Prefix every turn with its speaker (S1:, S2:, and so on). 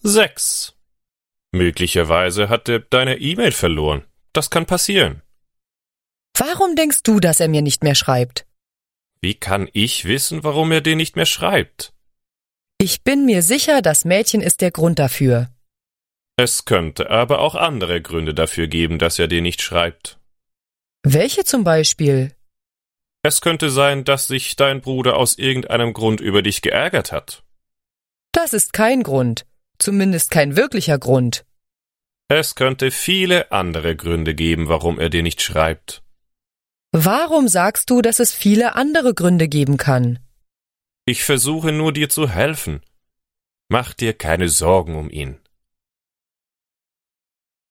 S1: Sechs. Möglicherweise hat Depp deine E-Mail verloren. Das kann passieren.
S2: Warum denkst du, dass er mir nicht mehr schreibt?
S1: Wie kann ich wissen, warum er dir nicht mehr schreibt?
S2: Ich bin mir sicher, das Mädchen ist der Grund dafür.
S1: Es könnte aber auch andere Gründe dafür geben, dass er dir nicht schreibt.
S2: Welche zum Beispiel?
S1: Es könnte sein, dass sich dein Bruder aus irgendeinem Grund über dich geärgert hat.
S2: Das ist kein Grund. Zumindest kein wirklicher Grund.
S1: Es könnte viele andere Gründe geben, warum er dir nicht schreibt.
S2: Warum sagst du, dass es viele andere Gründe geben kann?
S1: Ich versuche nur dir zu helfen. Mach dir keine Sorgen um ihn.